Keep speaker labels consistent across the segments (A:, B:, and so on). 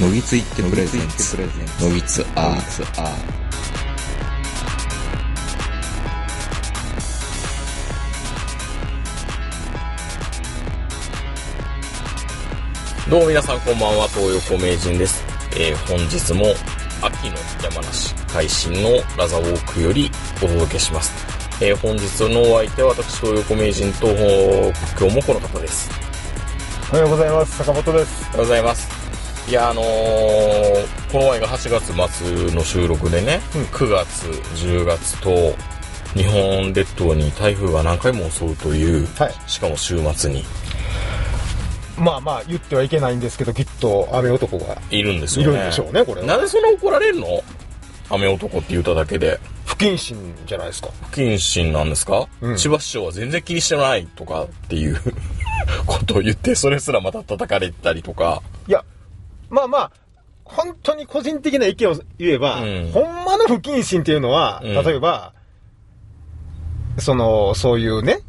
A: のぎついってプレゼンツのぎつアーツアー
B: どうも皆さんこんばんは、東横名人です。えー本日も秋の山梨配信のラザウォークよりお届けします。えー本日のお相手は私、東横名人と、今日もこの方です。
C: おはようございます坂本です
B: おはようございます。いや、あのーこの前が8月末の収録でね、
C: うん
B: 9月、10月と、日本列島に台風が何回も襲うという、
C: はい
B: しかも週末に
C: まあまあ言ってはいけないんですけどきっと雨男が
B: いるんです
C: い
B: よ
C: る
B: ね。
C: んでしょうねこれ
B: な
C: は
B: んでそんな怒られるの雨男って言っただけで。
C: 不謹慎じゃないですか
B: 不謹慎なんですか、
C: うん
B: 千葉市長は全然気にしてないとかっていう ことを言って、それすらまた叩かれたりとか。
C: いやまあまあ本当に個人的な意見を言えば、
B: うん
C: ほんまの不謹慎っていうのは、
B: うん
C: 例えばそのそういうね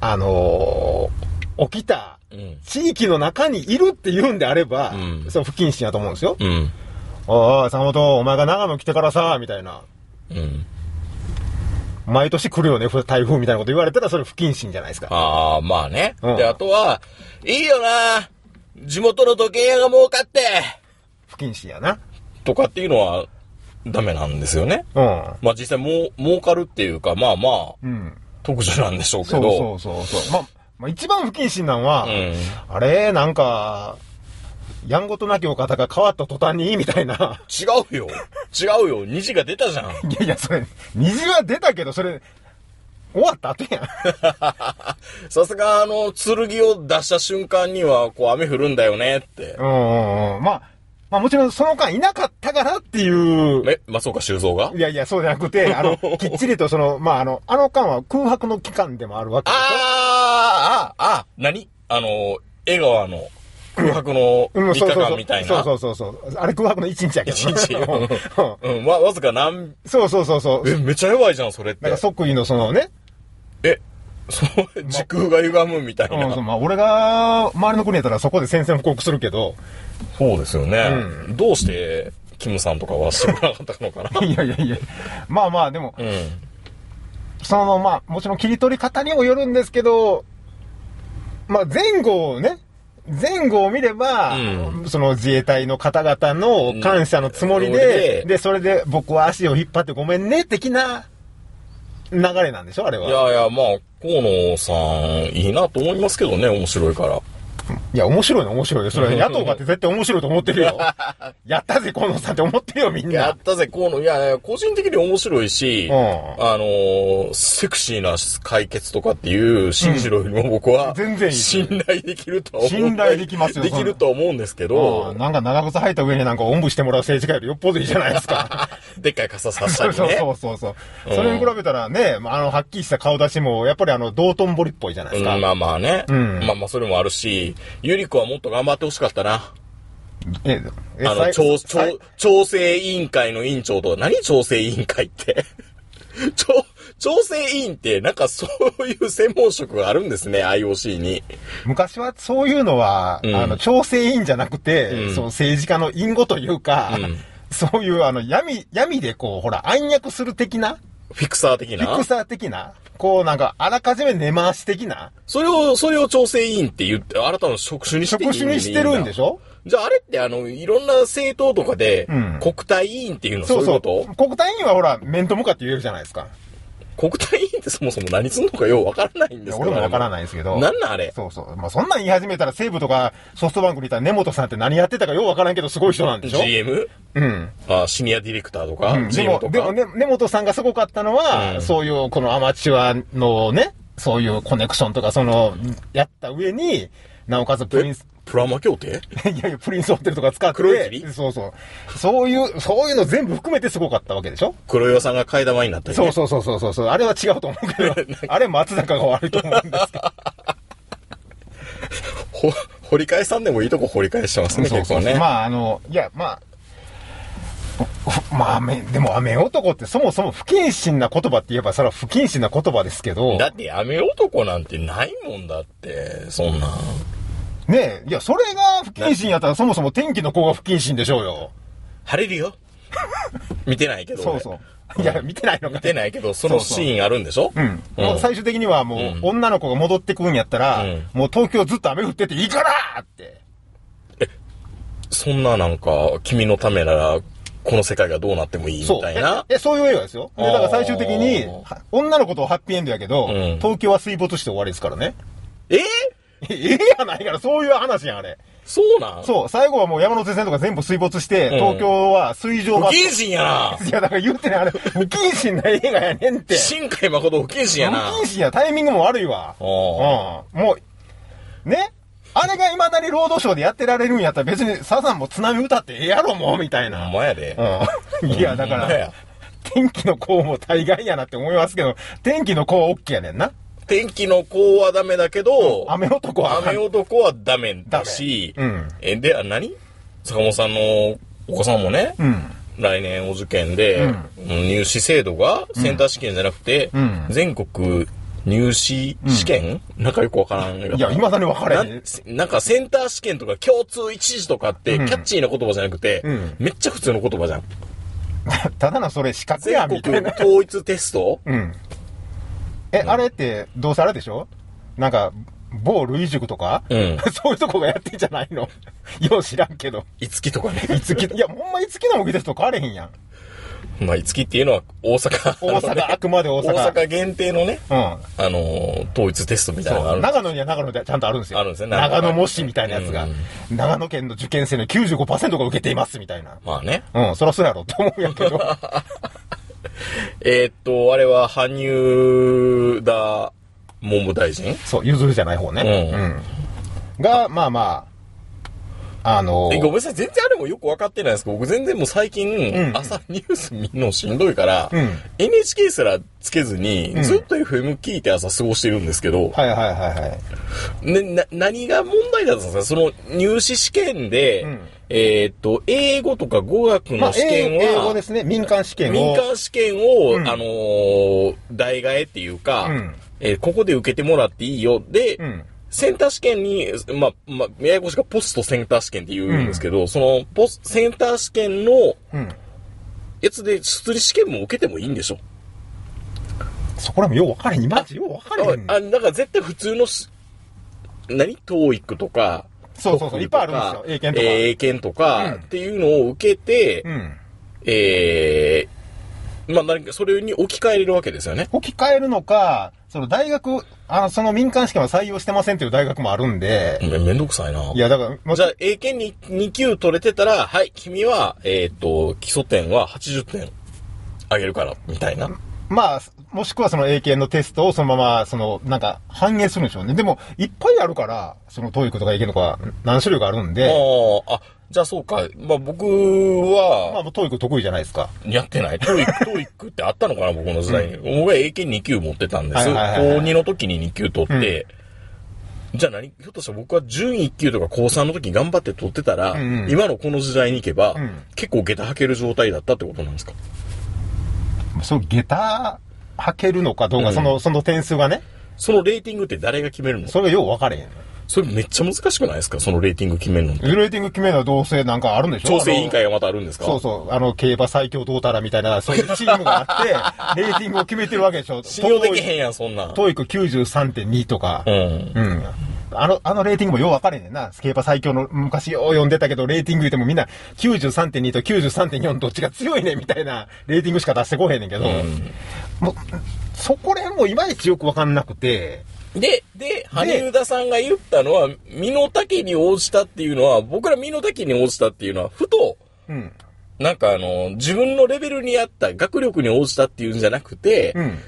C: あのー起きた
B: うん。
C: 地域の中にいるって言うんであれば、
B: うん
C: そう不謹慎やと思うんですよ、
B: うん。
C: おいおい坂本お前が長野来てからさみたいな
B: うん。
C: 毎年来るよね、ふ台風みたいなこと言われたら、それ不謹慎じゃないですか。
B: ああ、まあね。
C: うん
B: で、あとは、いいよな地元の時計屋が儲かって
C: 不謹慎やな。
B: とかっていうのは、ダメなんですよね。
C: う
B: まあ実際もう、儲かるっていうか、まあまあ、
C: ん。うん。
B: 特殊なんでしょうけ
C: そ
B: ど。
C: うそうそうそう。まあ、まあ、一番不謹慎なのは、
B: うん
C: あれ、なんか、やんごとなきお方が変わった途端に、みたいな。
B: 違うよ。違うよ。虹が出たじゃん。
C: いやいや、それ、虹は出たけど、それ、終わった後やん。
B: さすが、あの、剣を出した瞬間には、こう、雨降るんだよねって
C: う。んうんうん。まあ、まあもちろんその間いなかったからっていう。
B: え、松岡修造が
C: いやいや、そうじゃなく て、あの、きっちりとその、まああの、あの間は空白の期間でもあるわけでしょ
B: あーあー、あー何あの、江川の空白の
C: う
B: 3
C: ん、
B: 日
C: そうそうそ
B: 間
C: う。
B: みたい
C: そ
B: な。
C: うそうそうそう。あれ空白の一日やけど。
B: 一日
C: うん
B: うん、わ、わずか何、
C: そうそうそうそう。
B: え、めちゃやばいじゃん、それっ
C: な
B: て
C: んか。即位のそのね、
B: え、そう、時空が歪むみたい
C: うんそう
B: な。
C: まあ、俺が周りの国やったらそこで宣戦布告するけど、
B: そうですよね
C: う。
B: どうして、キムさんとかはしてこなかったの かな
C: いやいやいや、まあまあでも
B: う、ん。
C: そのまあ、もちろん切り取り方にもよるんですけど、まあ前後をね、前後を見れば、
B: う
C: その自衛隊の方々の感謝のつもりで、
B: うん
C: で、それで僕は足を引っ張ってごめんね、的な流れなんでしょあれは。
B: いやいや、まあ、河野さん、いいなと思いますけどね、面白いから。
C: いや、面白いの面白いよ。それは野党がって絶対面白いと思ってる よ。やったぜ、河野さんって思ってるよ、みん
B: や
C: な
B: っ。たぜ、河野。いやいや、個人的に面白いし、
C: うん
B: あのーセクシーな解決とかっていう信じろよりも僕は、
C: ん全然いい
B: 信頼できるとは思う。
C: 信頼できますよ
B: できるとは思うんですけ
C: う
B: ど
C: ん、なんか長靴履いた上になんかおんぶしてもらう政治家よりよっぽどいいじゃないで すか。
B: でっかい傘さした
C: そう
B: り
C: そう
B: ね
C: そ。うそうそう。それに比べたらね、まああの、はっきりした顔出しも、やっぱりあの、道頓堀っぽいじゃないで
B: う
C: す
B: ん
C: か。
B: まあまあね。
C: うん
B: まあまあ、それもあるし、ゆり子はもっと頑張ってほしかったな。
C: え、え
B: あの、
C: 最
B: 調、
C: 最
B: 調、調整委員会の委員長と、何調整委員会って。 調、調整委員って、なんかそういう専門職があるんですね、IOC に。
C: 昔はそういうのは、
B: うん
C: あの、調整委員じゃなくて、
B: うん
C: その政治家の隠語というか、
B: うん
C: そういうあの、闇、闇でこう、ほら、暗躍する的な
B: フィクサー的
C: フ
B: な。
C: ィクサー的な、こうなんか、あらかじめ根回し的な、
B: それを、それを調整委員って言って、あなたの職種にしていい
C: 職種にしてるんでし
B: ょ
C: ょ
B: じゃああれって、あの、いろんな政党とかで、
C: うん
B: 国対委員っていうの
C: そう
B: そうい
C: そう
B: こ
C: う。国対委員はほら、面と向かって言えるじゃないですか。
B: と国対委員ってそもそも何すんのかようわからないん
C: い
B: で
C: や
B: すけ
C: 俺
B: ど。
C: もわから
B: い。
C: ないんですけど。
B: なんなんあれ
C: そうそう。まあ、そんなん言い始めたら、西武とかソフトバンクにいたら根本さんって何やってたかようわからんけど、すごい人なんでしょ
B: ?GM?
C: うん。
B: あシニアディレクターとか、
C: うん、で
B: GM
C: も、
B: とか。
C: でもね、根本さんがすごかったの
B: う
C: は、
B: ん
C: そういう、このアマチュアのね、そういうコネクションとか、その、やった上に、なおかつプリンス、
B: プラマ協定
C: いやいや、プリンスホテルとか使って、
B: 黒い霧
C: そうそう。そういう、そういうの全部含めてすごかったわけでしょ
B: 黒岩さんが替え玉になったり、ね。
C: そうそうそうそうそうそう。あれは違うと思うけど、 あれ松坂が悪いと思うんですけど。
B: ほ掘り返さんでもいいとこ掘り返してますね、結構ね。
C: まああの、いや、まあ、ふまあ、雨、でも雨男ってそもそも不謹慎な言葉って言えば、それは不謹慎な言葉ですけど、
B: だって、雨男なんてないもんだって、そんなん。
C: ねえ、いや、それが不謹慎やったら、そもそも天気の子が不謹慎でしょうよ。
B: 晴れる よ見てないけど。
C: そうそう。いや、見てないのか。
B: 見てないけど、そのシーンあるんでしょ
C: うん。もう最終的にはもう、
B: うん
C: 女の子が戻ってくるんやったら、
B: うん
C: もう東京ずっと雨降ってていいからって。
B: そんななんか、君のためなら、この世界がどうなってもいいみ
C: そう。
B: たいな。
C: え、えそういう映画ですよ。で、だから最終的に
B: あー、
C: は女の子とはハッピーエンドやけど、
B: うん
C: 東京は水没して終わりですからね。
B: えー
C: ええやないから、そういう話やん、あれ。
B: そうなん
C: そう、最後はもう山手線とか全部水没して、
B: ん
C: 東京は水上
B: 不
C: が。
B: 謹慎やない
C: や、だから言うてね、あれ、不謹慎な映画やねんって。
B: 新海誠不謹慎やな
C: 無謹慎や、タイミングも悪いわ。う
B: あ
C: ん。もう、ねあれが未だに労働省でやってられるんやったら別にサザンも津波歌ってええやろ、もう、みたい
B: ほ
C: な。
B: んまやで。
C: うん。いや、だか
B: ほんまや
C: ら、天気の子も大概やなって思いますけど、天気の子は OK やねんな。
B: 天気の子はダメだけど、
C: 雨男はあかん
B: 雨男はダメだし、
C: ダメうん
B: え、で、あ何坂本さんのお子さんもね、
C: うん。
B: 来年お受験で、入試制度がセンター試験じゃなくて、
C: ん
B: 全国入試試験、なんかよくわからん
C: いや、未だに分かれ
B: な
C: へん。
B: なんかセンター試験とか共通一時とかってキャッチーな言葉じゃなくて、
C: うん
B: めっちゃ普通の言葉じゃん。
C: ただのそれ資格や、
B: 全
C: み
B: 国
C: たいな。
B: 統一テスト
C: うん。え、あれって、どうせあれでしょなんか、某類塾とか、
B: うん
C: そういうとこがやってんじゃないの よう知らんけど。
B: いつきとかね。
C: いつき、いや、ほんまいつきの模擬テスト変われへ んやん。
B: まあ、いつきっていうのは大阪
C: 大
B: のね、
C: 阪、あくまで大阪。
B: 大阪限定のね、
C: うん。
B: あのー統一テストみたいなのがあ
C: そ
B: る
C: う。
B: んです
C: 長野には長野でちゃんとあるんですよ。
B: あるんですね
C: 長
B: 長野
C: 野模試みたいなやつが
B: うん。
C: 長野県の受験生の95%が受けていますみたいな。
B: まあね。
C: うん、そらそうやろって思うんやけ ど。
B: えーっと、あれは、羽生田文部大臣
C: そう、譲るじゃない方ね。
B: うん
C: うん。が、まあまあ、あの
B: えごめんなさい、全然あれもよく分かってないですけど、僕全然もう最近、
C: うん
B: 朝ニュース見るのしんどいから、
C: うん
B: NHK すらつけずに、
C: ん
B: ずっと FM 聞いて朝過ごしてるんですけど、
C: はいはいはいはい。
B: ね、な何が問題だったんですかその入試試験で、
C: うん
B: えーっと、英語とか語学
C: まあ
B: の、試験は、
C: 英語英語ですね。民間試験を。
B: 民間試験を、
C: ん
B: あのー代替えっていうか、
C: うん
B: えーここで受けてもらっていいよ。で、
C: うん
B: センター試験に、まあ、まあ、ややこしくはポストセンター試験って言うんですけど、その、ポス、センター試験の
C: うん。
B: やつで、出理試験も受けてもいいんでしょ
C: そこらもよう分かれへん。いまいちよう分かれへん。
B: あ、だから絶対普通のし、何 ?TOEIC とか、
C: そうそうそう
B: TOEFL
C: いっぱいあるんですよ英検とか
B: えー英検とか、
C: うん
B: っていうのを受けて、
C: うん。
B: えー、まあ、何か、それに置き換えれるわけですよね。
C: 置き換えるのか、その大学、あの、その民間試験は採用してませんという大学もあるんで、
B: めめんどくさいな。
C: いや、だから、ま
B: じゃあ、英検に2級取れてたら、はい、君は、えーっ、と、基礎点は80点あげるから、みたいな。
C: まあ、もしくはその英検のテストをそのまま、その、なんか、反映するんでしょうね。でも、いっぱいあるから、その、トイックとか英検とか、何種類かあるん
B: あ
C: で、
B: あ、あ、じゃあそうか。まあ僕
C: まあ、
B: は、
C: もうトイック得意じゃないですか。
B: やってない。トイ ック、トイックってあったのかな、僕の時代に。僕は英検2級持ってたんです。
C: はいはいはいはい
B: 高2の時に2級取って、じゃあ何ひょっとしたら僕は準1級とか高3の時に頑張って取ってたら、
C: んうん
B: 今のこの時代に行けば、
C: ん
B: 結構下駄履ける状態だったってことなんですか
C: そう、下駄、履けるのかどうか、
B: うん
C: その、その点数がね、
B: そのレーティングって誰が決めるの
C: それがよう分かれへん。
B: それめっちゃ難しくないですかそのレーティング決めるのって。
C: グレーティング決めるのはどうせなんかあるんでしょ
B: 調整委員会がまたあるんですか
C: そうそう、あの、競馬最強どうたらみたいな、そういうチームが あって、レーティングを決めてるわけでしょ。
B: 信用できへんやん、そんなん。
C: トイック93.2とか
B: う、ん。
C: うん。あの、あのレーティングもよう分かれんねんな。スケーパー最強の昔よう読んでたけど、レーティング言ってもみんな93.2と93.4どっちが強いねんみたいなレーティングしか出してこへんねんけど、もう、そこら辺もいまいちよく分かんなくて、
B: で、で、羽生田さんが言ったのは、身の丈に応じたっていうのは、僕ら身の丈に応じたっていうのは、ふと、
C: うん。
B: なんかあの、自分のレベルに合った学力に応じたっていうんじゃなくて、
C: うん。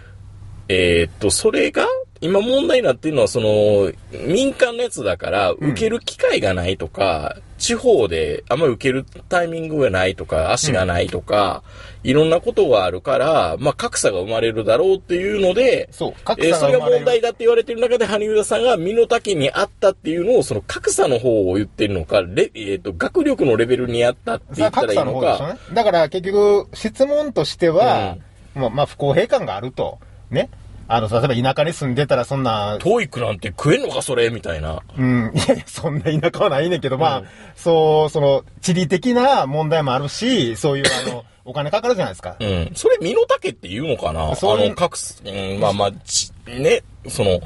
B: えーっと、それが、今問題になってるのは、その、民間のやつだから、受ける機会がないとか、地方であんまり受けるタイミングがないとか、足がないとか、いろんなことがあるから、まあ、格差が生まれるだろうっていうので、
C: そう、
B: えーそれが問題だって言われてる中で、羽生田さんが身の丈に合ったっていうのを、その格差の方を言ってるのか、レえーっと、学力のレベルに合ったって言ったら
C: 格
B: いい
C: 差の
B: の
C: 方でしょ
B: か、
C: うね。だから結局、質問としては、まあ、まあ、不公平感があると。ね。あの、例えば田舎に住んでたらそんな、
B: トーイックなんて食えんのか、それみたいな。
C: うん、いやいや、そんな田舎はないねんけど、まあ、そう、その、地理的な問題もあるし、そういう、あの、お金かかるじゃないですか。
B: うん。それ、身の丈って言うのかなあ
C: そういう
B: の、各す、うん、まあまあ、ちね、その、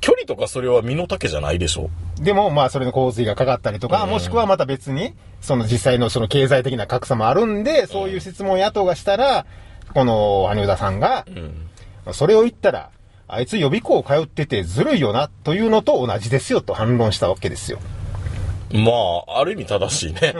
B: 距離とかそれは身の丈じゃないでしょ。
C: でも、まあ、それの洪水がかかったりとか、もしくはまた別に、その実際のその経済的な格差もあるんで、そういう質問を野党がしたら、この、羽生田さんが、それを言ったら、あいつ予備校通っててずるいよな、というのと同じですよ、と反論したわ けですよ。
B: まあ、ある意味正しいね。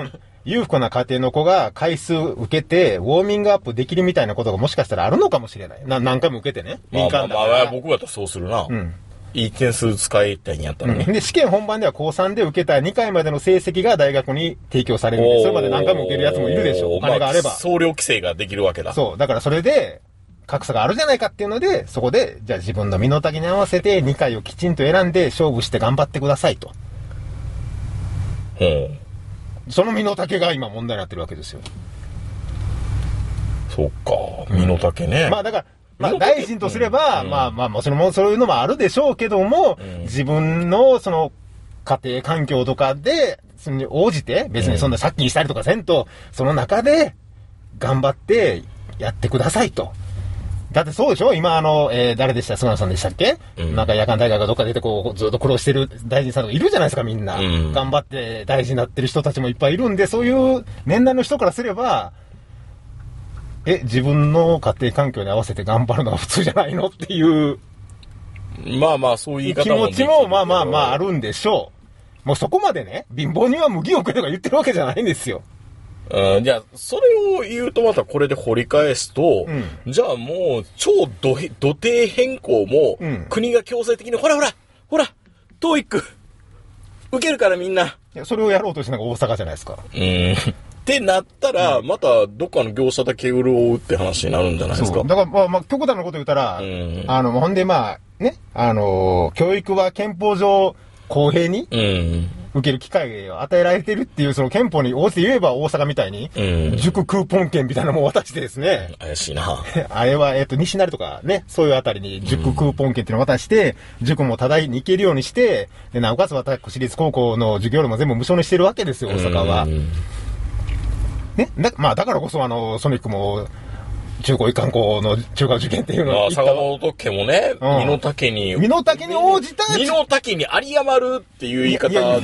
C: 裕福な家庭の子が回数受けて、ウォーミングアップできるみたいなことがもしかしたらあるのかもしれない。な何回も受けてね。
B: まあ
C: 民
B: まあ
C: 間だ
B: ま
C: か
B: あ、
C: ら。
B: 僕だったらそうするな。
C: ん
B: いい点数使いたいんやったらね。
C: で、試験本番では高3で受けた2回までの成績が大学に提供されるんで、それまで何回も受けるやつもいるでしょう。お金があれば。
B: ま総量規制ができるわけだ。
C: そう。だからそれで、格差があるじゃないかっていうので、そこで、じゃあ自分の身の丈に合わせて2回をきちんと選んで勝負して頑張ってくださいと。
B: うん。
C: その身の丈が今問題になってるわけですよ。
B: そっか。身の丈ね。
C: まあだから、ま
B: 身の
C: あ
B: 丈
C: 大臣とすれば、まあまあもちろんそういうのもあるでしょうけども、自分のその家庭環境とかで、それに応じて、別にそんな借金したりとかせんと、その中で頑張ってやってくださいと。だってそうでしょ今あの、えー誰でした菅野さんでしたっけ、
B: うん
C: なんか夜間大学がどっか出てこう、ずっと苦労してる大臣さんとかいるじゃないですかみんな。
B: うん
C: 頑張って大臣になってる人たちもいっぱいいるんで、そういう年代の人からすれば、え、自分の家庭環境に合わせて頑張るのは普通じゃないのっていう
B: まあまあ、そういう言い
C: 気
B: 方も
C: 持
B: でき
C: ち
B: る
C: も、まあまあまああるんでしょう。もうそこまでね、貧乏には麦を食えとか言ってるわけじゃないんですよ。
B: うん、じゃあ、それを言うとまたこれで掘り返すと、
C: う
B: じゃあもう超土へ土底変更も、
C: うん
B: 国が強制的に、ほらほら、ほら、トーイック、受けるからみんな。
C: いやそれをやろうとしてなんか大阪じゃないですか。
B: うん。ってなったら、またどっかの業者だけ潤うって話になるんじゃないです
C: そ
B: か
C: う。だから、まあ、まあ、極端なこと言ったら、
B: ん
C: あの、ほんでまあ、ね、あのー教育は憲法上公平に
B: うん。
C: 受ける機会を与えられてるっていう、その憲法に応じて言えば大阪みたいに、
B: うん
C: 塾クーポン券みたいなのも渡してですね、
B: 怪しいな。
C: あれは、えっ、と、西成とかね、そういうあたりに塾クーポン券っていうのを渡して、塾もただに行けるようにして、で、なおかつ私立高校の授業料も全部無償にしてるわけです よ、大阪は。
B: うん
C: ね、だまあ、だからこそ、あの、ソニックも、中高一貫校の中学受験っていうの
B: ま
C: を
B: あ、
C: 行った
B: 坂本家もね、
C: うん
B: 身の丈に。
C: 身の丈に応じた
B: 身の丈に有り余るっていう言い方
C: いやいやいや、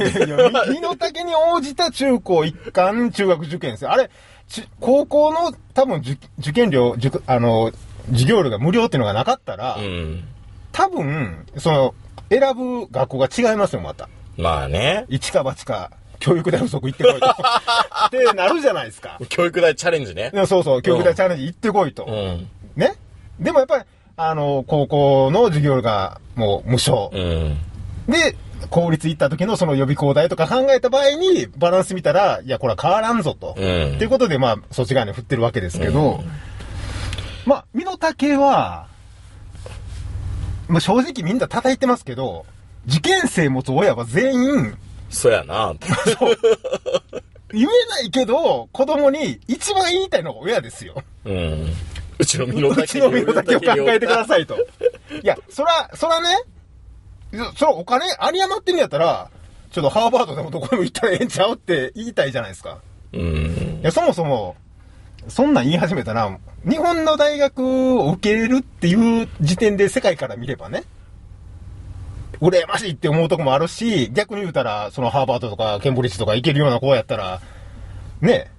C: 身の丈に応じた中高一貫中学受験ですよ。あれ、ち高校の多分受受験料、受あの、授業料が無料っていうのがなかったら、
B: うん。
C: 多分、その、選ぶ学校が違いますよ、また。
B: まあね。
C: 一か八か、教育大不足行ってこ いと。ってなるじゃないですか。
B: 教育大チャレンジね。
C: でもそうそう、教育大チャレンジ行ってこいと。
B: うん。
C: ねでもやっぱり、あの、高校の授業がもう無償。
B: うん。
C: で、公立行った時のその予備校代とか考えた場合に、バランス見たら、いや、これは変わらんぞと。
B: うん
C: っていうことで、まあ、そっち側に振ってるわけですけど、まあ、身の丈は、まあ、正直みんな叩いてますけど、受験生持つ親は全員、
B: そやな。
C: 言えないけど、子供に一番言いたいのが親ですよ。
B: うん。うちの身の丈
C: うちの身の丈を考えてくださいと。 いや、そら、そらね、そらお金あり余ってんのやったら、ちょっとハーバードでもどこでも行ったらええんちゃうって言いたいじゃないですか。
B: い。うん
C: い。や、そもそも、そんなん言い始めたら、日本の大学を受けるっていう時点で世界から見ればね、羨ましいって思うとこもあるし、逆に言うたら、そのハーバードとかケンブリッジとか行けるような子やったら、ね、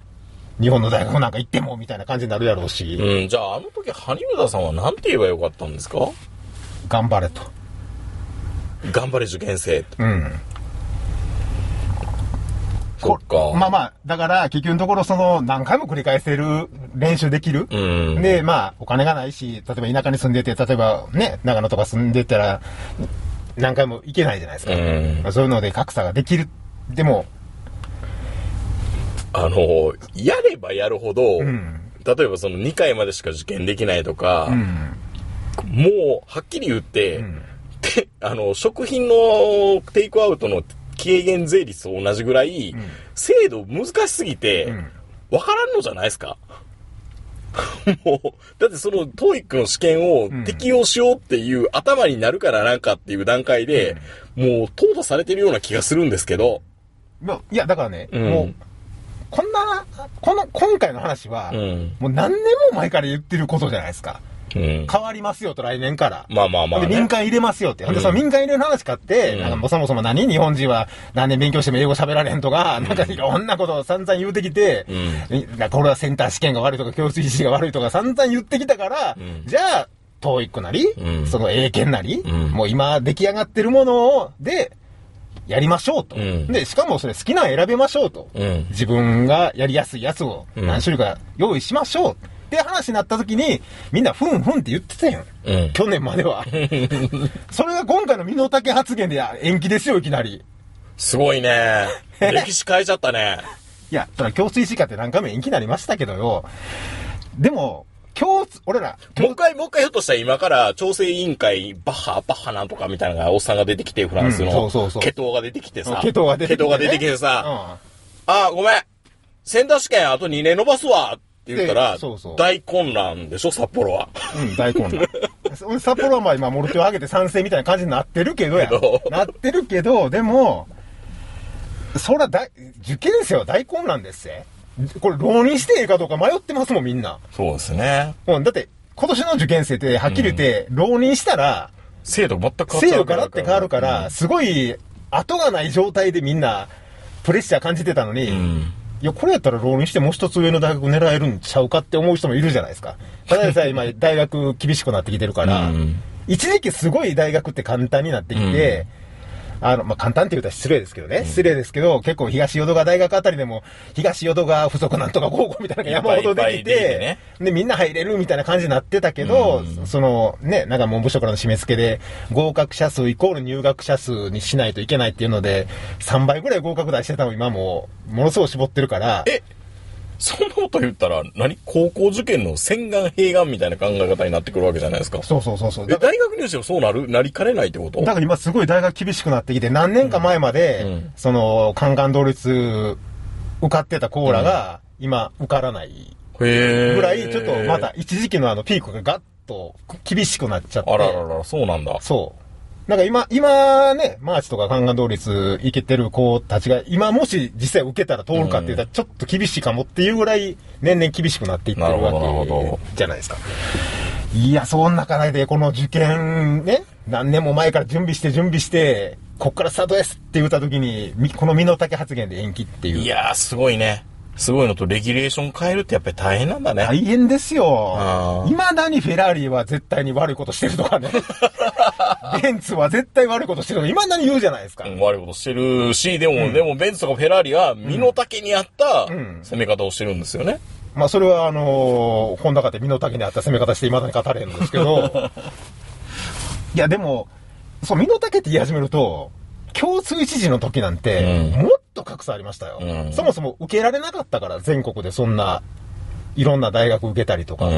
C: 日本の大学なんか行ってもみたいな感じになるやろうし、
B: うん、じゃあ、あの時、羽生田さんは何て言えばよかったんですか
C: 頑張れと。
B: 頑張れ受験生。
C: うん。
B: そっか。
C: まあまあ、だから、結局のところ、その、何回も繰り返せる、練習できる。
B: うん。
C: で、まあ、お金がないし、例えば田舎に住んでて、例えばね、長野とか住んでたら、何回も行けないじゃないです
B: う
C: か。
B: ん。
C: そういうので格差ができる。でも、
B: あの、やればやるほど、
C: ん
B: 例えばその2回までしか受験できないとか、
C: うん。
B: もう、はっきり言って、
C: ん
B: てあの、食品のテイクアウトの軽減税率と同じぐらい、制度難しすぎて、わ、からんのじゃないですか もう、だってその TOEIC の試験を適用しようっていう頭になるからなんかっていう段階で、もう淘汰されてるような気がするんですけど、
C: まあいや、だからね、
B: うん
C: もう、こんな、この、今回の話は、
B: うん
C: もう何年も前から言ってることじゃないですか。
B: うん。
C: 変わりますよと来年から。
B: まあまあまあ、
C: で、
B: ね
C: 民。間入れますよって。
B: うん
C: で、その民間入れる話かって、
B: うん
C: なんかもうそもそも何日本人は何年勉強しても英語喋られんとか、なんかいろんなことを散々言うてきて、なんかこれはセンター試験が悪いとか、教室試験が悪いとか散々言ってきたから、
B: うん
C: じゃあ、トーイックなり、
B: うん
C: その英検なり、
B: うん
C: もう今出来上がってるものを、で、やりましょうと。
B: うん
C: で、しかもそれ好きなの選べましょうと。
B: うん。
C: 自分がやりやすいやつを
B: うん
C: 何種類か用意しましょうって話になった時に、みんなふんふんって言ってたやん。
B: うん。
C: 去年まで は。それが今回の身の丈発言で延期ですよ、いきなり。
B: すごい ね。歴史変えちゃったね。
C: いや、ただ教水試験って何回も延期になりましたけどよ。でも、教、俺ら、
B: もう一回、もう一回ひょっとしたら今から調整委員会、バッハ、バッハなんとかみたいなのがおっさんが出てきて、フランスの。
C: うんそうそうそう
B: 系統が出てきてさ。
C: 系統が出てきてね
B: 系統が出てきてさ。
C: うん。
B: あー、ごめん。センター試験あと2年伸ばすわって言ったら
C: でそうそう、
B: 大混乱でしょ、札幌は。
C: うん、大混乱。俺 札幌はまあ今、モルテを上げて賛成みたいな感じになってるけどや
B: けど。
C: なってるけど、でも、そら大、受験ですよ、大混乱ですぜこれ、浪人していいかどうか迷ってますもん、みんな。
B: そうですね。
C: うん、だって、今年の受験生って、はっきり言って、浪人したら、
B: 制度全く
C: 制度からって変わるから、すごい、後がない状態でみんな、プレッシャー感じてたのに、
B: ん
C: いや、これやったら浪人してもう一つ上の大学狙えるんちゃうかって思う人もいるじゃないですか。ただでさえ今、大学厳しくなってきてるから、
B: うん
C: 一時期すごい大学って簡単になってきて、あの、まあ、簡単って言うと失礼ですけどね。失礼ですけど、結構東淀川大学あたりでも、東淀川附属なんとか高校みたいなのが山ほどで
B: いっぱいいっ
C: き
B: ぱいできて
C: て、
B: ね
C: で、みんな入れるみたいな感じになってたけど、そのね、なんか文部省からの締め付けで、合格者数イコール入学者数にしないといけないっていうので、3倍ぐらい合格出してたのを今もう、ものすごい絞ってるから、
B: えそんなこと言ったら、何高校受験の洗顔併願みたいな考え方になってくるわけじゃないですか。
C: そうそうそうそう。
B: え、
C: だから
B: 大学入試もそうなるなりかねないってこと
C: だから今すごい大学厳しくなってきて、何年か前まで、
B: うん
C: その、カンカン同率受かってたコーラが、今受からない
B: へえ。
C: ぐらい、ちょっとまた。一時期のあのピークがガッと厳しくなっちゃって。
B: あらららら、そうなんだ。
C: そう。なんか今、今ね、マーチとかカンガン同率いけてる子たちが、今もし実際受けたら通るかって言ったら、ちょっと厳しいかもっていうぐらい、年々厳しくなっていってる
B: なるほどな
C: わ
B: るほど
C: けじゃないですか。いや、そんな中で、この受験ね、何年も前から準備して準備して、こっからスタートですって言った時に、みこの身の丈発言で延期っていう。
B: いやー、すごいね。すごいのと、レギュレーション変えるってやっぱり大変なんだね。
C: 大変です
B: あ
C: よ。
B: ー
C: 未だにフェラーリは絶対に悪いことしてる とかね。ベンツは絶対悪いことしてるとか、未だに言うじゃないですか。
B: うん悪いことしてるし、でも、でも、ベンツとかフェラーリは、身の丈に合った
C: ん
B: 攻め方をしてるんですよね。
C: まあ、それは、あのー、本高って身の丈にあった攻め方して、未だに語れるんです けど、いや、でも、そう、身の丈って言い始めると、共通一時の時なんて、
B: うん
C: もっと格差ありましたよ、
B: うん
C: そもそも受けられなかったから、全国でそんな、いろんな大学受けたりとか。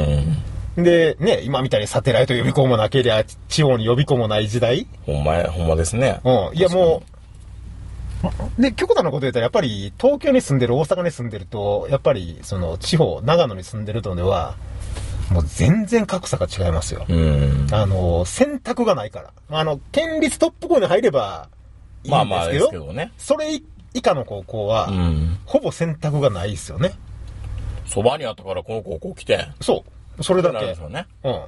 C: で、ね、今みたいにサテライト予備校もなけりゃ、地方に予備校もない時代。
B: ほんまや、ほんまですね。
C: うん。いや、もう、で、極端なこと言うと、やっぱり、東京に住んでる、大阪に住んでると、やっぱり、その、地方、長野に住んでるとでは、もう全然格差が違いますよ。
B: うん。
C: あの、選択がないから。あの、県立トップ校に入れば、いい
B: まあ
C: ん
B: まあで
C: ですす
B: け
C: け
B: ど
C: ど、
B: ね。
C: それ以下の高校は、
B: うん。
C: ほぼ選択がないですよね。
B: そばにあったから、この高校来て。
C: そう。それだ
B: なるんで
C: け
B: す。よね。
C: うん。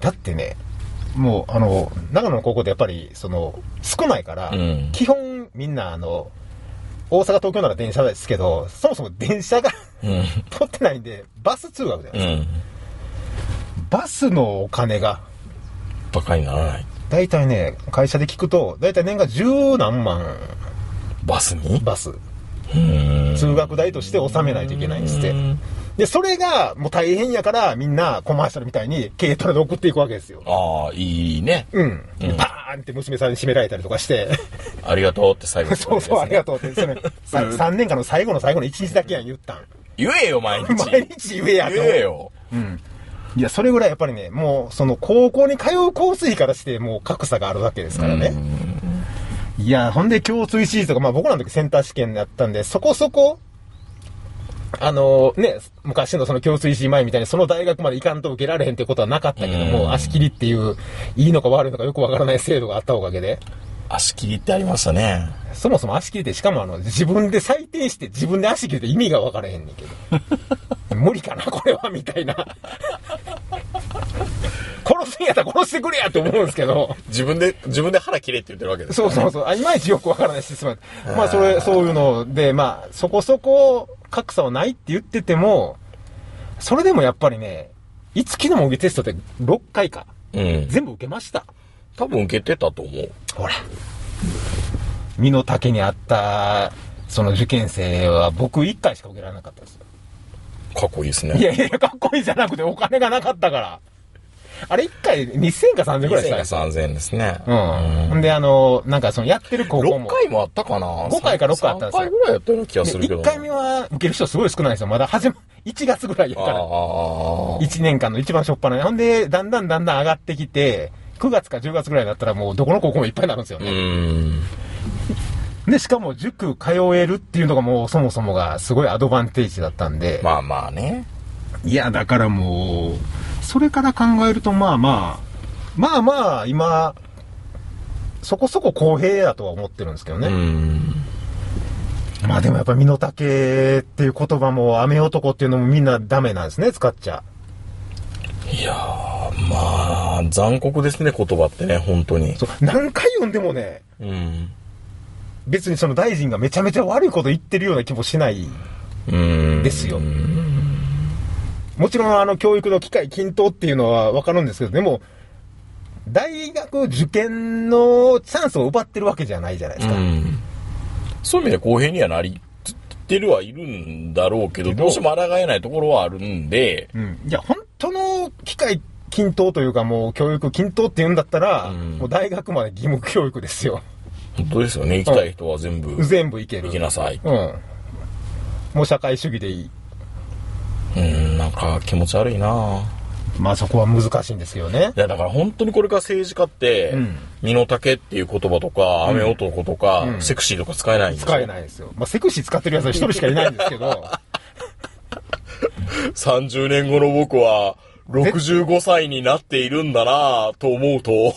C: だってね、もう、あの、長野の高校でやっぱり、その、少ないから、
B: うん
C: 基本みんな、あの、大阪、東京なら電車ですけど、そもそも電車が
B: うん。
C: 通ってないんで、バス通学じゃないうですか。
B: ん。
C: バスのお金が、
B: バカにならない。
C: 大体ね、会社で聞くと、大体年間十何万
B: バスに
C: バス、
B: うん。
C: 通学代として納めないといけないんですって。で、それがもう大変やから、みんなコマーシャルみたいに軽トラで送っていくわけですよ。
B: ああ、いいね。
C: うん。パーンって娘さんに締められたりとかして。
B: ありがとうって最後に
C: そうそう、ありがとうって。 それ、さ
B: うん
C: 3年間の最後の最後の1日だけやん、言 ったん。
B: 言えよ、毎日。
C: 毎日言えやと。
B: 言えよ。
C: いや、それぐらいやっぱりね、もう、その、高校に通うコース費からして、もう格差があるわけですからね。いや、ほんで、共通一時とか、まあ僕らの時センター試験やったんで、そこそこ、あのね、昔のその教水石前みたいにその大学まで行かんと受けられへんってことはなかったけ
B: う
C: ど
B: ん
C: も、足切りっていう、いいのか悪いのかよくわからない制度があったおかげで、
B: 足切りってありましたね。
C: そもそも足切りってしかもあの、自分で採点して自分で足切りって意味がわからへんねんけど。 無理かなこれはみたいな。 殺すんやったら殺してくれやと思うんですけど。
B: 自分で、自分で腹切れって言ってるわけですか
C: そ
B: ら
C: う
B: ね
C: そうそう。あいまいちよくわからないし、すまんまあ、それ、そういうので、まあ、そこそこ格差はないって言ってても、それでもやっぱりね、いつきの模擬テストって6回か。
B: うん。
C: 全部受けました。
B: 多分受けてたと思う。
C: ほら。身の丈にあった、その受験生は僕1回しか受けられなかったです。
B: かっこいいです
C: い
B: ね。
C: やいや、かっこいいじゃなくてお金がなかったから。あれ1回2000か3000くらい
B: 2000
C: し
B: か
C: たんです
B: 3000ですね。
C: うん。ほんで、あの、なんかそのやってる高校
B: 6
C: も。
B: 回もあったかな
C: 五回か六回あったんですよ
B: 3回ぐらいやったような気がするけど。
C: 1回目は受ける人すごい少ないんですよ。まだ始ま、1月ぐらいや
B: あ
C: から。
B: あ。
C: 1年間の一番初っ端なほんで、だんだんだんだん上がってきて、9月か10月ぐらいになったらもうどこの高校もいっぱいになるんですよ
B: う
C: ね。
B: ん。
C: で、しかも塾通えるっていうのがもうそもそもがすごいアドバンテージだったんで。
B: まあまあね。
C: いや、だからもう、それから考えるとまあまあ、まあまあ今、そこそこ公平やとは思ってるんですけど
B: う
C: ね。
B: ん。
C: まあでもやっぱ身の丈っていう言葉も雨男っていうのもみんなダメなんですね、使っちゃ。
B: いやー、まあ、残酷ですね、言葉ってね、本当に。
C: そう、何回読んでもね、
B: うん。
C: 別にその大臣がめちゃめちゃ悪いこと言ってるような気もしない
B: うん。
C: ですよ。もちろんあの教育の機会均等っていうのはわかるんですけど、でも、大学受験のチャンスを奪ってるわけじゃないじゃないですか。
B: うん。そういう意味では公平にはなりってるはいるんだろうけど、どうしても抗えないところはあるんで、
C: うん。いや、本当の機会均等というかもう教育均等っていうんだったら、
B: うん
C: もう大学まで義務教育ですよ。
B: 本当ですよね、行きたい人は全部行
C: 全部いける。
B: きなさい。
C: うん。もう社会主義でいい。
B: うん、なんか気持ち悪いな
C: まあそこは難しいんですよね。
B: いや、だから本当にこれから政治家って、
C: うん
B: 身の丈っていう言葉とか、雨男とか、
C: うん
B: セクシーとか使えないんですよ。
C: 使えないですよ。まあセクシー使ってるやつは一人しかいないんですけど。
B: 30年後の僕は、65歳になっているんだなぁと思うと、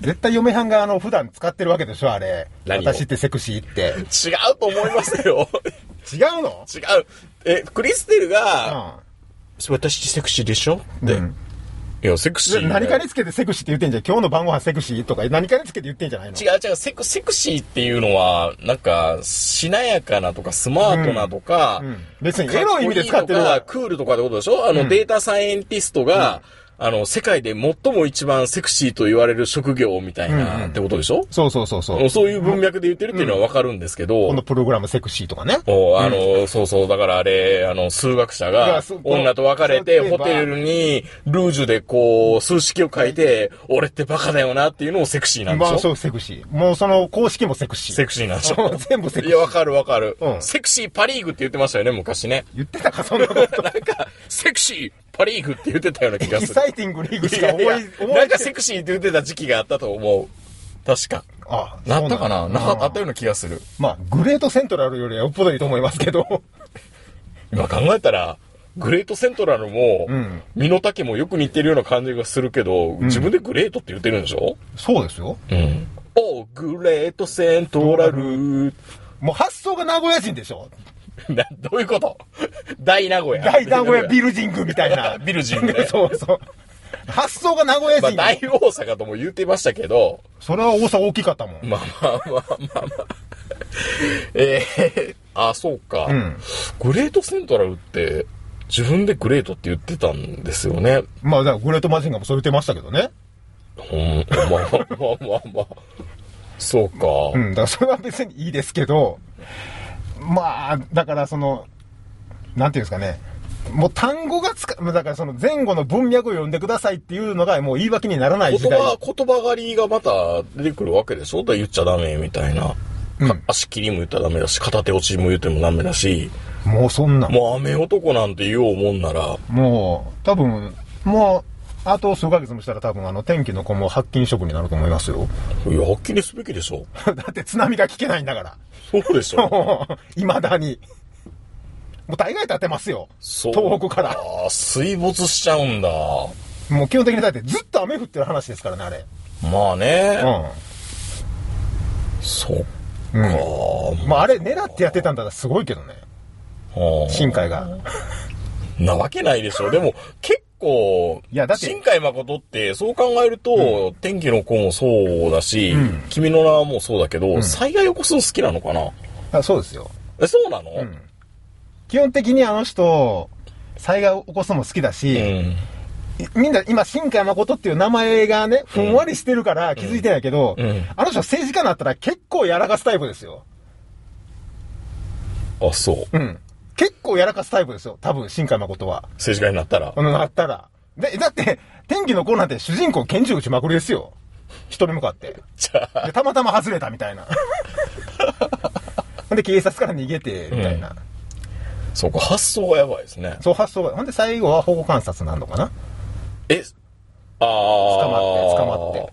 C: 絶対嫁はんがあの普段使ってるわけでしょあれ。
B: 何を
C: 私ってセクシーって。
B: 違うと思いますよ。
C: 違うの
B: 違う。え、クリステルが、
C: う
B: 私セクシーでしょっ
C: ん。
B: て、
C: うん
B: いや、セクシーだよ。
C: 何かにつけてセクシーって言ってんじゃん。今日の晩ご飯セクシーとか何かにつけて言ってんじゃないの
B: 違う違うセク、セクシーっていうのは、なんか、しなやかなとか、スマートなとか、
C: うんうん別 にエロい意味で使ってる
B: か
C: わ
B: っこいいとかクールとかってことでしょあの、データサイエンティストが、あの、世界で最も一番セクシーと言われる職業みたいな、ってことでしょ、
C: そうそうそうそう。
B: そういう文脈で言ってるっていうのはわかるんですけど、
C: このプログラムセクシーとかね。
B: もう、あの、そうそう、だからあれ、あの、数学者
C: い
B: が
C: やす、
B: 女と別れ
C: そう
B: て、
C: そう
B: ホテルに、ルージュでこう、数式を書いて、俺ってバカだよなっていうのをセクシーなんで
C: まあ
B: し
C: そ
B: ょ
C: うセクシー。もうその公式もセクシー。
B: セクシーなんでし
C: そう
B: ょ
C: 全部セク
B: いや、
C: シー
B: わ。かるわかる
C: う。ん
B: セクシーパリーグって言ってましたよね、昔 ね。
C: 言ってたか、そんなこと。
B: なんか、セクシーパリーグって言ってたような気が
C: エキ
B: す
C: サイティングリー
B: る。
C: グし
B: い
C: か
B: や
C: 思
B: い
C: い、
B: や
C: 思い
B: なんかセクシーって言ってた時期があったと思う。確か。
C: あ
B: なったかな
C: そう
B: な
C: だ
B: あったような気がする。
C: まあ、グレートセントラルよりはよっぽどいいと思いますけど。
B: 今考えたら、グレートセントラルも、
C: うん
B: 身の丈もよく似てるような感じがするけど、自分でグレートって言ってるんでしょ
C: そうですよ。
B: うん。おうグレートセントラル。
C: もう発想が名古屋人でしょ
B: な、どういうこと大名古屋。
C: 大名 古屋ビルジングみたいな。
B: ビルジングね
C: そうそう。発想が名古屋
B: まあ、
C: 人。
B: 大大阪とも言ってましたけど、
C: それは大阪大きかったもん。
B: まあまあまあまあまあ。えー、あ、そうか、
C: ん
B: グレートセントラルって、自分でグレートって言ってたんですよね。
C: まあ、だからグレートマジンガーもそう言ってましたけどね。
B: ほん、まあまあまあまあ。そうか。
C: うん、だからそれは別にいいですけど、まあ、だからその、なんていうんですかね。もう単語がつか、だからその前後の文脈を読んでくださいっていうのがもう言い訳にならない時
B: 言
C: 代。
B: 葉、言葉狩りがまた出てくるわけでしょだから言っちゃダメみたいな。か足切りも言ったらダメだし、片手落ちも言ってもダメだし、
C: もうそんなん。
B: もう雨男なんて言おうもんなら、
C: もう、多分、もう、あと数ヶ月もしたら多分あの天気の子も発禁色になると思いますよ。
B: いや、はっきりすべきでしょ
C: だって津波が聞けないんだから。
B: そうでしょ
C: いまだに。もう大概立てますよ。
B: そう
C: 東北から。
B: あー水没しちゃうんだ。
C: もう基本的にだってずっと雨降ってる話ですからね、あれ。
B: まあね。
C: う
B: そっか。
C: ん。うん。まああれ狙ってやってたんだらすごいけどね。
B: うん
C: 新海が。
B: なわけないでしょ。でも、結構、
C: いやだって
B: 新海誠って、そう考えると、天気の子もそうだし、
C: ん
B: 君の名はもうそうだけど、災害起こすの好きなのかな
C: あそうですよ。
B: え、そうなの
C: ん基本的にあの人、災害を起こすのも好きだし、
B: うん
C: みんな今、新海誠っていう名前がね、ふんわりしてるから気づいてないけど、
B: うん
C: あの人政治家になったら結構やらかすタイプですよ。
B: あ、そう。
C: うん。結構やらかすタイプですよ。多分、新海誠は。
B: 政治家になったら。
C: うん、なったら。で、だって、天気の子なんて主人公拳銃撃ちまくりですよ。人に向かって。
B: じゃあ、
C: で、たまたま外れたみた いな。ほんで、警察から逃げて、みたいな。
B: そうか、発想がやばいですね。
C: そう発想が。ほんで、最後は保護観察なんのかな
B: え、ああ。。
C: 捕まって捕まって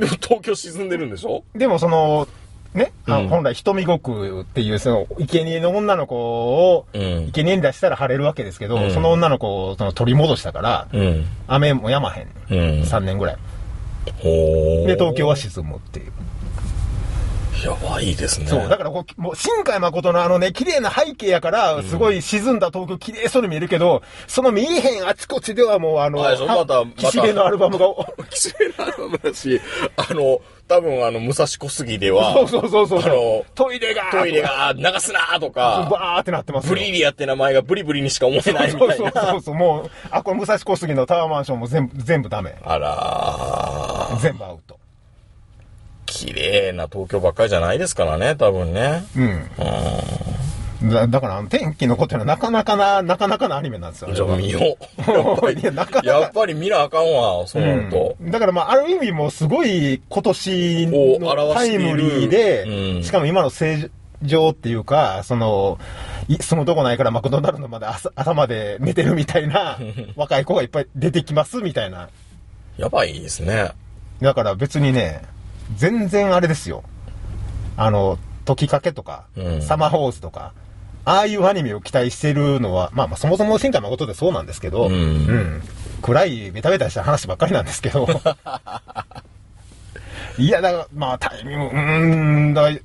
B: でも東京沈んでるんでしょ
C: でもその、ね、あ
B: うん
C: 本来瞳ごくっていう、その、生贄の女の子を、
B: うん
C: 生贄に出したら晴れるわけですけど、
B: うん
C: その女の子をその取り戻したから、
B: うん。
C: 雨もやまへん。
B: うん。
C: 3年ぐらい。
B: ほー
C: で、東京は沈むっていう。
B: やばいですね。
C: そう、だからこう、もう、新海誠のあのね、綺麗な背景やから、すごい沈んだ東京綺麗そうに見えるけど、その見えへんあちこちではもう、あの、
B: あれでしょまたまた
C: 岸辺のアルバムが、
B: 綺麗なのだし、あの、多分あの、武蔵小杉では、
C: そうそうそうそう
B: あの、
C: トイレが
B: トイレが流すなーとか、
C: バーってなってますよ
B: ブリリアって名前がブリブリにしか思えないみ
C: そう
B: たい
C: そう
B: な。
C: そうそう、もう、あ、これ武蔵小杉のタワーマンションも全部、全部ダメ。
B: あらー、
C: 全部アウト。
B: 綺麗な東京ばっかりじゃないですからね、多分ね。
C: うん。だだから、あの天気のこというのはなかなかな、なかなかなアニメなんですよ。
B: じゃあ見よう。
C: やっぱり いや、なかなか。
B: やっぱり見なあかんわ、そうなると。
C: だからまあ、ある意味もうすごい今年
B: を
C: の
B: 表
C: タ
B: してい
C: イ
B: る
C: ムリーで、
B: うん
C: しかも今の正常っていうか、その、いそのとこないからマクドナルドまで朝朝まで寝てるみた いな、若い子がいっぱい出てきますみたいな。
B: やばいですね。
C: だから別にね、全然あれですよ。あの、時かけとか、
B: うん
C: サマーホーズとか、ああいうアニメを期待してるのは、まあまあそもそも新海誠でそうなんですけど、
B: うん
C: ん暗いベタベタした話ばっかりなんですけ ど。いや、だから、まあタイミング、うーん、だから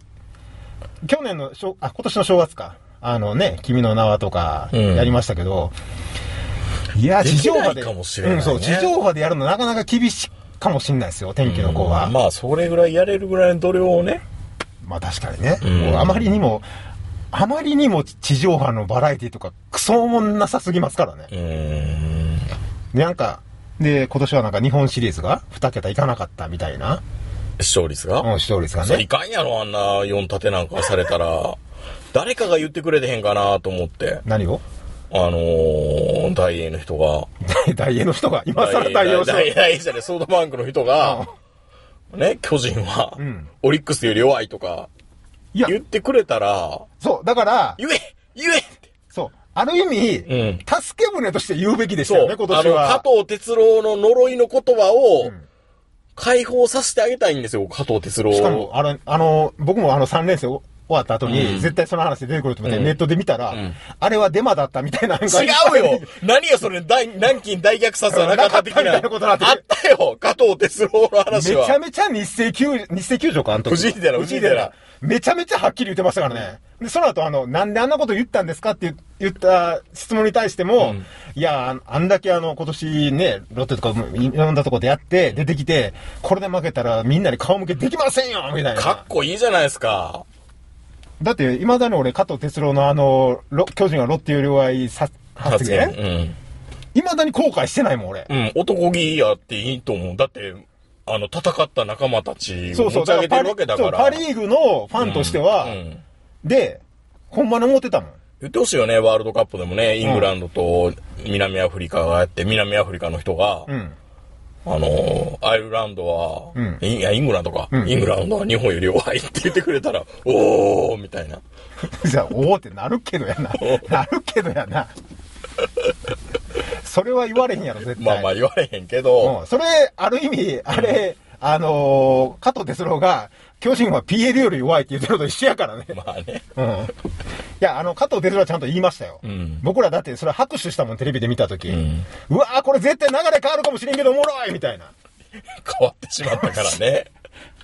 C: 去年の正、あ、今年の正月か。あのね、君の名はとか、
B: うん
C: やりましたけど、いや、
B: で
C: 地
B: き
C: 上
B: ない
C: 波で、
B: かもしれないね
C: うん、そう、地上波でやるのなかなか厳しいかもしれないですよ、天気の子は。ま
B: まあ、それぐらいやれるぐらいの度量をね。
C: あ確かにね、
B: ん
C: もうあまりにも、あまりにも地上波のバラエティとか、クソもんなさすぎますからね。
B: うーん。
C: で、なんか、で、今年はなんか日本シリーズが2桁いかなかったみたいな、
B: 視聴率が
C: うん、視聴率が
B: それ
C: ね
B: い。かんやろ、あんな4立てなんかされたら。誰かが言ってくれてへんかなと思って。
C: 何を
B: あのー、大英の人が。
C: 大英の人が、今更
B: 大
C: 対応
B: 英
C: し
B: 大英
C: て。
B: 大英じゃないソードバンクの人が、ね、巨人は
C: ん、
B: オリックスより弱いとか、
C: いや、
B: 言ってくれたら、
C: そう、だから、
B: 言え言えって。
C: そう、ある意味、
B: うん
C: 助け舟として言うべきでした
B: そ
C: よ
B: う、
C: ね、今
B: あ
C: 年
B: の、
C: は。
B: 加藤哲郎の呪いの言葉を
C: ん、
B: 解放させてあげたいんですよ、加藤哲郎を。
C: しかも、あの、あの、僕もあの3連戦終わった後に、
B: うん
C: 絶対その話出てくると思って、
B: うん
C: ネットで見たら、
B: ん
C: あれはデマだったみたいな。違
B: 違うよ何やそれ、大 南京大虐殺はなかった的な。
C: なかったみたいなことだって
B: あったよ加藤哲郎の
C: め
B: 話
C: ち
B: は。
C: ゃめちゃ日清球、日清球場か、あの時
B: 藤井寺藤井寺
C: めちゃめちゃはっきり言ってましたからね。で、その後、あの、なんであんなこと言ったんですかって言った質問に対しても、
B: うん
C: いや、ああんだけあの、今年ね、ロッテとかもいろんなとこでやって、出てきて、これで負けたらみんなに顔向けできませんよみたいな。
B: かっこいいじゃないですか。
C: だって、いまだに俺、加藤哲郎のあの、ロ巨人がロッテより弱いさ発言、いまだに後悔してないもん、俺。
B: うん。うん、男気やっていいと思う。だって、あの、戦った仲間たち
C: そ
B: を
C: うそ
B: 持
C: う、
B: ち上げて
C: パ
B: る
C: リ
B: わけだ
C: そ
B: か
C: う
B: ら。
C: パ・リーグのファンとしては、
B: うん
C: で、ほんまに思ってたもん。
B: 言ってほしいよね、ワールドカップでもね、イングランドと南アフリカがやって、南アフリカの人が、
C: うん。
B: あのーアイルランドは、
C: うん
B: いいや、イングランドか、
C: うん
B: イングランドは日本より弱いって言ってくれたら、おーみたいな。
C: じゃあ、おおってなるけどやな。なるけどやな。それは言われへんやろ、絶対。
B: まあまあ言われへんけど、
C: うんそれ、ある意味、あれ、あのー加藤哲郎が、巨人は PL より弱いって言ってるのと一緒やからね。
B: まあね。
C: うん。いや、あの、加藤哲郎はちゃんと言いましたよ。
B: ん
C: 僕らだってそれ拍手したもん、テレビで見たとき。うんわーこれ絶対流れ変わるかもしれんけど、おもろいみたいな。
B: 変わってしまったからね。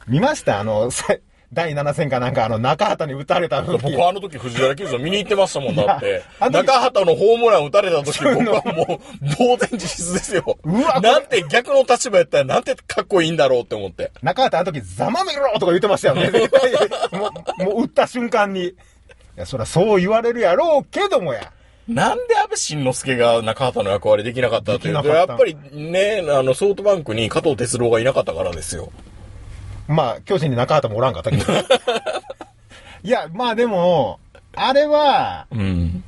C: 見ましたあの、 さ第7戦かなんか、あの、中畑に打たれた時。
B: 僕はあの時藤原球児見に行ってましたもんだっ
C: い
B: て
C: や。あの時
B: 中畑のホームラン打たれた時僕はもう、呆然自失ですよ。
C: うわ
B: なんて逆の立場やったらなんてかっこいいんだろうって思って。
C: 中畑あの時、ざまめろとか言ってました よね。絶対もう、もう打った瞬間に。いや、そりゃそう言われるやろうけどもや。
B: なんで安倍晋之助が中畑の役割できなかったっていうと、
C: でき
B: や
C: な
B: っ
C: か
B: ぱ
C: った
B: りね、あの、ソフトバンクに加藤哲郎がいなかったからですよ。
C: まあ、巨人に中畑もおらんかった けど。いや、まあでも、あれは、
B: うん。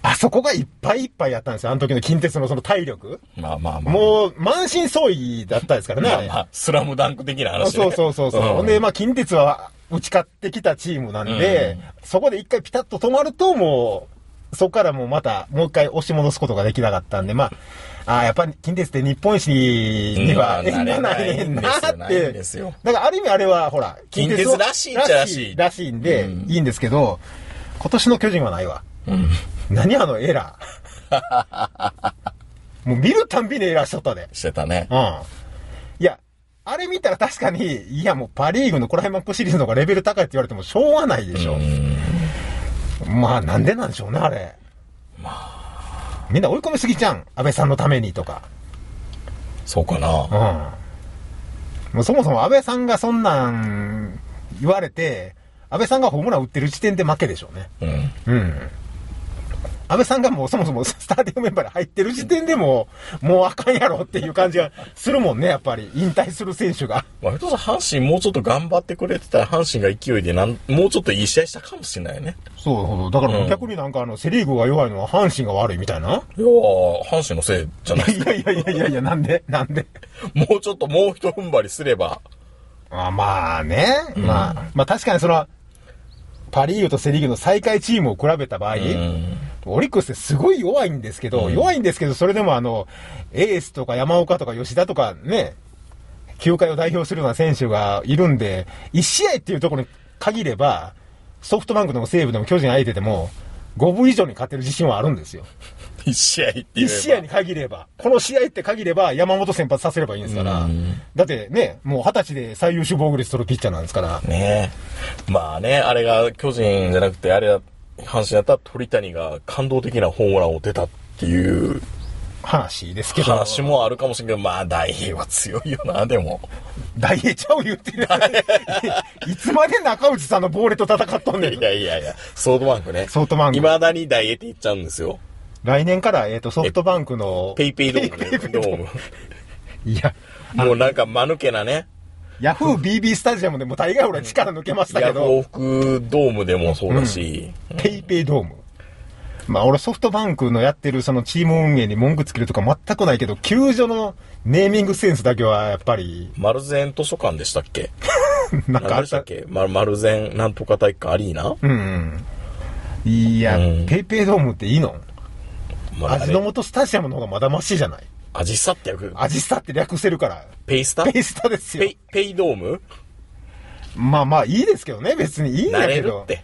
C: あそこがいっぱいいっぱいやったんですよ。あの時の近鉄のその体力。
B: まあまあまあ。
C: もう、満身創痍だったですからね。
B: ま
C: あ
B: あ
C: れ
B: まあ、スラムダンク的な話ね
C: そうそうそうそう。ほん、で、まあ、近鉄は打ち勝ってきたチームなんで、そこで一回ピタッと止まると、もう、そこからもうまた、もう一回押し戻すことができなかったんで、まあ、ああ、やっぱり近鉄って日本一には縁がないねんな
B: まあ
C: っ
B: なれないん
C: て。
B: ですよ
C: だから、ある意味あれは、ほら、を
B: 近鉄らしいっちゃらしい
C: らしいんで、
B: うん
C: いいんですけど、今年の巨人はないわ。
B: うん
C: 何あのエラ ー。もう見るたんびにエラーしとったで。
B: してたね
C: う。ん。いや、あれ見たら確かに、いやもうパリーグのクライマックスシリーズの方がレベル高いって言われてもしょうがないでしょ。まあなんでなんでしょうね、あれ。まあ。みんな追い込みすぎじゃん。安倍さんのためにとか。
B: そうか
C: うん
B: な。。
C: もうそもそも安倍さんがそんなん言われて、安倍さんがホームラン打ってる時点で負けでしょうね。
B: うん。
C: うん。安倍さんがもうそもそもスターティングメンバーに入ってる時点でもう、もうあかんやろっていう感じがするもんね、やっぱり。引退する選手が。
B: まあ、ひょっとしたら阪神もうちょっと頑張ってくれてたら、阪神が勢いでなん、もうちょっといい試合したかもしれないね。
C: そうそう。だから
B: うん
C: 逆になんかあの、セリーグが弱いのは阪神が悪いみたいな。
B: いやー阪神のせいじゃない
C: いやいやいやいやいや、なんでなんで
B: もうちょっともう一踏ん張りすれば。
C: あまあね。まあ、まあ確かにその、パリーグとセリーグの最下位チームを比べた場合、
B: うん。
C: オリックスってすごい弱いんですけど、弱いんですけど、それでもあの、エースとか山岡とか吉田とかね、球界を代表するような選手がいるんで、1試合っていうところに限れば、ソフトバンクでも西武でも巨人相手でも、5分以上に勝てる自信はあるんですよ。
B: 一試合って言えば。
C: 一試合に限れば、この試合って限れば、山本先発させればいいんですから、
B: うん
C: だってね、もう二十歳で最優秀防御率取るピッチャーなんですから、
B: ねえ。まあね、あれが巨人じゃなくて、あれだ、阪神だったら鳥谷が感動的なホームランを出たっていう
C: 話ですけど、
B: 話もあるかもしれんけど、まあ大英は強いよな、でも。
C: 大栄ちゃう言ってる、 いつまで中内さんの亡霊と戦っとんねん
B: い。やいやいや、ソフトバンクね。
C: ソフトバンク
B: 未だに大英って言っちゃうんですよ。
C: 来年から、えっ、と、ソフトバンクの、
B: ペイペイドームね
C: ペイペイ
B: ド
C: ド
B: ーム
C: ーム。いや、
B: もうなんか間抜けなね。
C: ヤフー BB スタジアムでも大概俺力抜けました
B: ヤ
C: け
B: フ
C: ど
B: オ、クドームでもそうだし、
C: ペイペイドーム。まあ俺ソフトバンクのやってるそのチーム運営に文句つけるとか全くないけど、球場のネーミングセンスだけはやっぱり、
B: 丸善図書館でしたっけ
C: な
B: 何
C: んかあ
B: で
C: っ。
B: したったけま丸善なんとか体育館アリーナ、
C: うんうん。いや、
B: うん
C: ペイペイドームっていいの
B: まああ
C: 味
B: れ
C: の素スタジアムの方がまだましいじゃない
B: アジサって略
C: 味スタって略せるから。
B: ペイスタ
C: ペイスタです
B: ペ
C: よ
B: イ。ペイドーム
C: まあまあいいですけどね、別にいいん
B: な
C: だ
B: れ
C: け
B: る
C: ど
B: っ。て。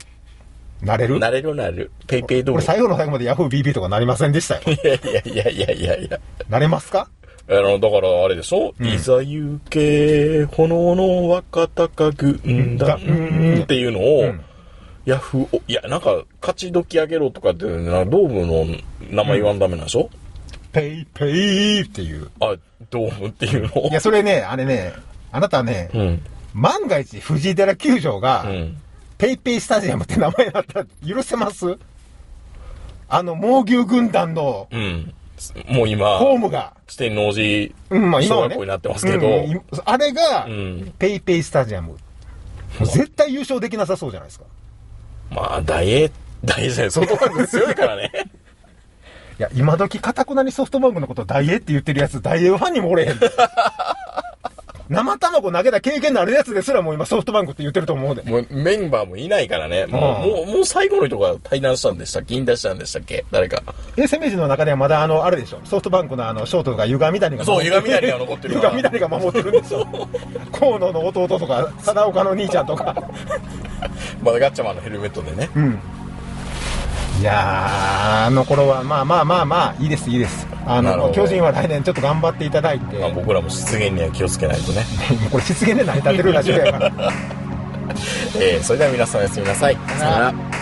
C: なれる
B: なれるなれる。ペイペイドー
C: 俺
B: ム。
C: 最後の最後まで YahooBB とかなりません でしたよ。
B: いやいやいやいやいやいや。
C: なれますか
B: あの、だからあれでしょ、いざ行け、炎の若隆軍団
C: うん
B: っていうのを、
C: ん
B: ヤフー、いや、なんか、勝ち時上げろとかって、なんかドームの名前言わんダメなんでしょ、
C: ペイペイっていう。
B: あ、ドームっていうのを
C: いや、それね、あれね、あなたね、
B: うん。
C: 万が一藤井寺球場が、
B: うん。
C: ペイペイスタジアムって名前だったら許せますあの、猛牛軍団の
B: うん。もう今、
C: ホームが、
B: 四天王寺、
C: うん、まあ今
B: 小
C: は
B: 学
C: ね
B: 校になってますけど、
C: うんいあれが、
B: うん
C: ペイペイスタジアム。もう絶対優勝できなさそうじゃないですか。
B: まあ、大英、大英じゃない、ソフトバンク強いからね。
C: いや、 今時かたくなにソフトバンクのこと大英って言ってるやつ、大英ファンにもおれへん。生卵投げた経験のあるやつですらもう今ソフトバンクって言ってると思うで。
B: もうメンバーもいないからね。もう、もう、もう最後の人が対談したんでしたっけ引退したんでしたっけ誰か。
C: で、攻め陣の中ではまだあの、あれでしょ。ソフトバンクのあの、ショートとか歪みだりが
B: そう
C: 守ってる
B: 歪み谷が残ってるから
C: 歪み谷が守ってるんで すよ。河野の弟とか、貞岡の兄ちゃんとか。
B: まだガッチャマンのヘルメットでね。
C: うん。いやー、あの頃は、まあまあまあまあ、いいです、いいです。あ
B: なるほ
C: の、
B: ど
C: 巨人は来年ちょっと頑張っていただいて、
B: まあ、
C: も
B: 僕らも出現には気をつけないとね。
C: うこれ、失言で成り立ってるラジオやから。
B: えー、それでは皆さんおやすみなさい。さよなら。